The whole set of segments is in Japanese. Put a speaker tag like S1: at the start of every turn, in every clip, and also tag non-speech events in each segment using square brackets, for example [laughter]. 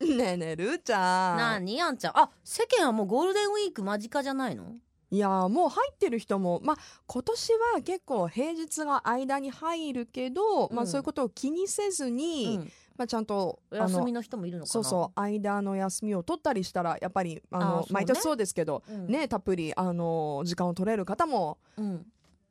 S1: ねえねえるーちゃん
S2: なにあんちゃんあ世間はもうゴールデンウィーク間近じゃないの
S1: いやーもう入ってる人もまあ今年は結構平日が間に入るけど、ま
S2: う
S1: あ
S2: ん
S1: そういうことを気にせずに、
S2: うん
S1: まあちゃんと
S2: お
S1: あ
S2: 休
S1: の
S2: みの人もいるのかな
S1: そうそう間の休みを取ったりしたらやっぱりあの
S2: あーそうね
S1: 毎年そうですけど
S2: うん、
S1: ねたっぷりあの時間を取れる方も
S2: うん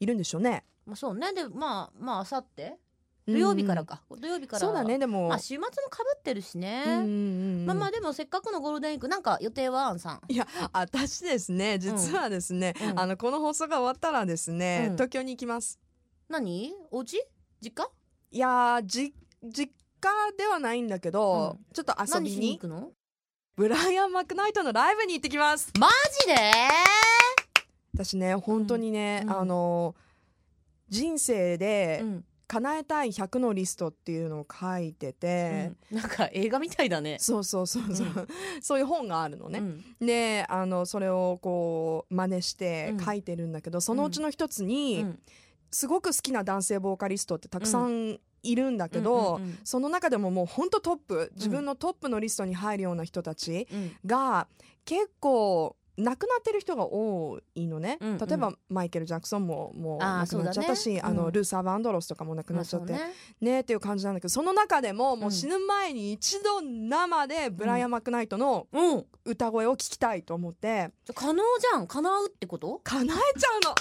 S1: いるんでしょうね。
S2: まあ、そうねでまあまああさって土曜日から
S1: うん
S2: か、土曜日から
S1: そうだねでも、
S2: まあ週末もかぶってるしね、
S1: うんうんうん
S2: まあまあでもせっかくのゴールデンウィークなんか予定はあんさん
S1: いや私ですね実はですね、
S2: うん
S1: あのこの放送が終わったらですね、
S2: うん
S1: 東京に行きます。
S2: 何お家実家
S1: いやーじ実家ではないんだけど、
S2: う
S1: ちょっと遊
S2: 何
S1: び
S2: しに
S1: に
S2: 行くの
S1: ブライアン・マクナイトのライブに行ってきます
S2: マジで
S1: 私ね本当にね、
S2: うんうん
S1: あの人生で
S2: ん、
S1: 叶えたい100のリストっていうのを書いてて、
S2: うんなんか映画みたいだね
S1: そうそうそうそう、
S2: う
S1: [laughs] そういう本があるの
S2: う
S1: ね、
S2: ん
S1: であのそれをこう真似して
S2: うん
S1: 書いてるんだけど、そのうちの一つに、
S2: うん
S1: すごく好きな男性ボーカリストってたくさんいるんだけど、
S2: うんうん
S1: その中でももう本当トップ自分のトップのリストに入るような人たち
S2: うん
S1: が結構亡くなってる人が多いのね、
S2: うんうん
S1: 例えばマイケル・ジャクソンももう
S2: あー
S1: 亡くなっちゃった
S2: そう
S1: し
S2: だ
S1: あ、
S2: ね
S1: の
S2: うん
S1: ルーサー・バンドロスとかも亡く
S2: ま
S1: な
S2: あ
S1: っちゃ
S2: そ
S1: っ
S2: う
S1: て、ね
S2: ね
S1: っていう感じなんだけどその中でももう死ぬ前に一度生でブライアン・マクナイトの
S2: うんじ
S1: 歌声を聞きたいと思って
S2: ゃ可能じゃん叶うってこと
S1: 叶えちゃうの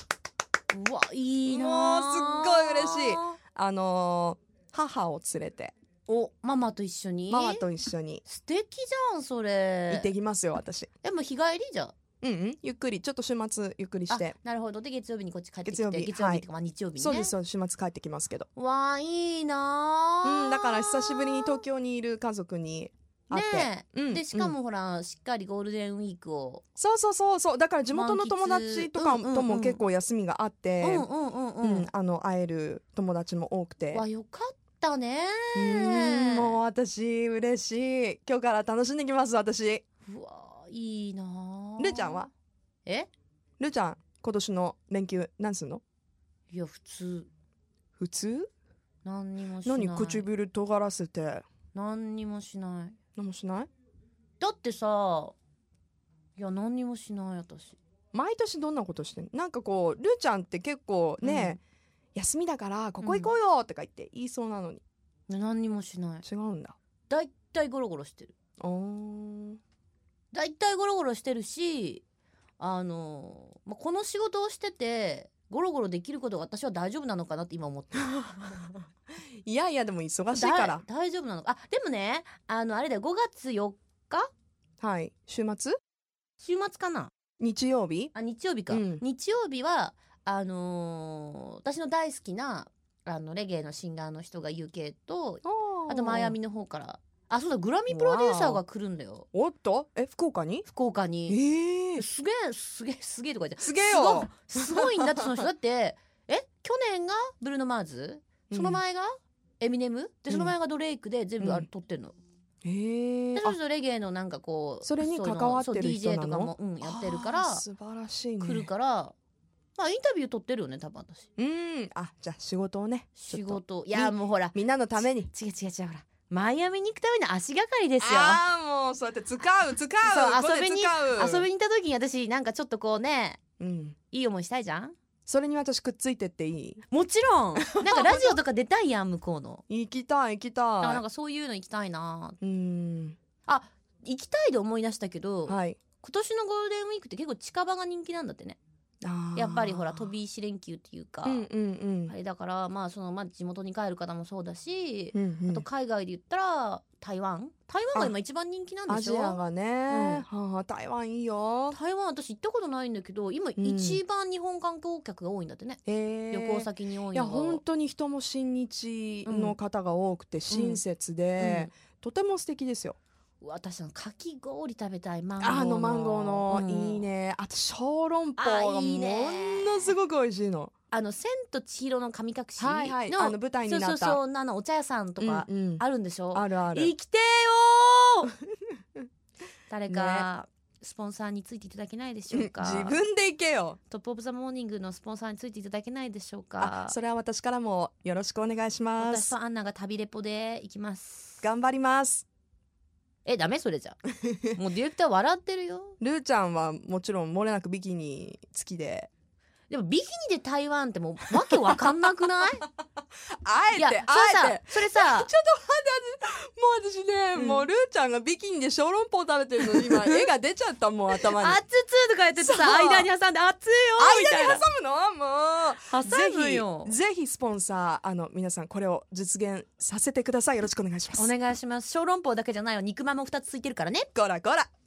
S2: うわいいな
S1: もうすっごい嬉しいあのー母を連れて
S2: おママと一緒に
S1: ママと一緒に
S2: 素敵じゃんそれ
S1: 行ってきますよ私。
S2: でも日帰りじゃん
S1: うんうん、ゆっくりちょっと週末ゆっくりして
S2: あなるほどで月曜日にこっち帰ってきて
S1: 月曜日
S2: 月曜日っていうか、まあ日曜日にね
S1: そうですそうです週末帰ってきますけど、
S2: わあいいなあ
S1: うん、だから久しぶりに東京にいる家族に会って、
S2: ね
S1: う
S2: え
S1: ん、
S2: でしか
S1: うん
S2: もほら、しっかりゴールデンウィークを
S1: そうそうそうそうだから地元の友達とか
S2: 満喫うん
S1: と
S2: うんう
S1: も
S2: ん
S1: 結構休みがあっ
S2: う
S1: て、
S2: んうんうん
S1: うん
S2: うん
S1: あの会える友達も多くて
S2: わよかったね
S1: うんもう私嬉しい今日から楽しんできます私
S2: うわいいなあ
S1: るーちゃんは
S2: え
S1: るーちゃん今年の連休何すんの
S2: いや普通
S1: 普通
S2: 何にもしない
S1: 何唇尖らせて
S2: 何にもしない
S1: 何もしない
S2: だってさいや何にもしない私
S1: 毎年どんなことしてんなんかこうるーちゃんって結構ね、休みだからここ行こうよとか言って言いそうなのに
S2: いや何にもしない
S1: 違うんだ
S2: だいたいゴロゴロしてる
S1: あー
S2: だいたいゴロゴロしてるしあの、まあ、この仕事をしててゴロゴロできることが私は大丈夫なのかなって今
S1: [laughs]
S2: 思ってる
S1: いやいやでも忙しいから
S2: だ大丈夫なのかあでもねあのあれだよ5月4
S1: はい週末
S2: 週末かな
S1: 日曜日
S2: あ日曜日か、
S1: うん
S2: 日曜日はあのー私の大好きなあのレゲエのシンガーの人が UK とあとマイアミの方からあそうだグラミープロデューサーが来るんだよ
S1: おっとえ福岡に
S2: 福岡に
S1: ええー、
S2: すげえすげえすげえとか言って
S1: すげえよ
S2: すごいすごいんだってその [laughs] 人だってえ去年がブルーノ・マーズその、前がエミネムでその前がドレイクで全部あれ
S1: うん
S2: 撮ってるの、
S1: うん、ええ
S2: で
S1: ー、
S2: それぞれレゲエのなんかこう
S1: それに関わってる人なの
S2: そういうのそう DJ とかも、うん、やってるから
S1: あー素晴らしいね
S2: 来るからまあインタビュー撮ってるよね多分私
S1: うんあじゃあ仕事をね
S2: 仕
S1: ちょっと
S2: 事いやもうほら
S1: みんなのために
S2: 違う違う違うほらマイアミに行くための足がかりですよ
S1: ああもうそうやって使う使う
S2: そう遊びに
S1: ここで使う
S2: 遊びに行った時に私なんかちょっとこうね
S1: うん
S2: いい思いしたいじゃん
S1: それに私くっついてっていい
S2: もち [laughs] ろんなんかラジオとか出たいやん向こう [laughs] の
S1: 行きたい行き
S2: だから
S1: た
S2: ないんかそういうの行きたいな
S1: うん
S2: 行きたいで思い出したけど、
S1: はい
S2: 今年のゴールデンウィークって結構近場が人気なんだってねやっぱりほら飛び石連休っていうか、
S1: うんうんうん
S2: あれだからまあそのまあ地元に帰る方もそうだし、
S1: うんうん
S2: あと海外で言ったら台湾台湾が今一番人気なん
S1: ア
S2: でし
S1: ジ
S2: ょ
S1: アがね、はあ、台湾いいよ
S2: 台湾私行ったことないんだけど今
S1: ん
S2: 一番日本観光客が多いんだってね、
S1: え
S2: 旅行先に多い
S1: いや
S2: のが
S1: 本当に人も親日の方が多くて親切で、とても素敵ですよ、
S2: うん、私のかき氷食べたいマンゴーの
S1: あのマンゴーの、
S2: うん
S1: いいねあと小籠包が
S2: あ
S1: も
S2: いいね
S1: のすごく美味しいの
S2: あの「千と千尋の神隠しの」
S1: はいはいあの舞台になった
S2: そうそうそうなのお茶屋さんとか
S1: うんうん
S2: あるんでしょ、
S1: あるある
S2: 生きてよ
S1: [laughs]
S2: ー誰か、スポンサーについていただけないでしょうか
S1: [laughs] 自分で行けよ
S2: トップ・オブ・ザ・モーニングのスポンサーについていただけないでしょう
S1: あ
S2: か
S1: それは私からもよろしくお願いしま
S2: 私
S1: す
S2: とアンナが旅レポで行きます
S1: 頑張ります
S2: ええダメそれじゃ [laughs] もうディレクター笑ってるよ
S1: ルーちゃんはもちろん漏れなくビキニ付きで
S2: でもビキニで台湾ってもうわけわかんなくない
S1: [laughs] あえ
S2: い
S1: て
S2: や
S1: あ
S2: それ
S1: え
S2: さ
S1: て
S2: それさ
S1: [laughs] ちょっと待って私もう私ね、
S2: うん
S1: もうルーちゃんがビキニで小籠包食べてるのに
S2: [laughs]
S1: 今絵が出ちゃったもう
S2: 「
S1: 頭に
S2: あっつつ」とかやってて
S1: そう
S2: さ間に挟んで「あっつよ」みたいな
S1: 挟むのもう
S2: 挟むよ
S1: ぜひぜひスポンサーあの皆さんこれを実現させてくださいよろしくお願いします
S2: お願いします小籠包だけじゃないよ肉まんも2つついてるからね
S1: こらこら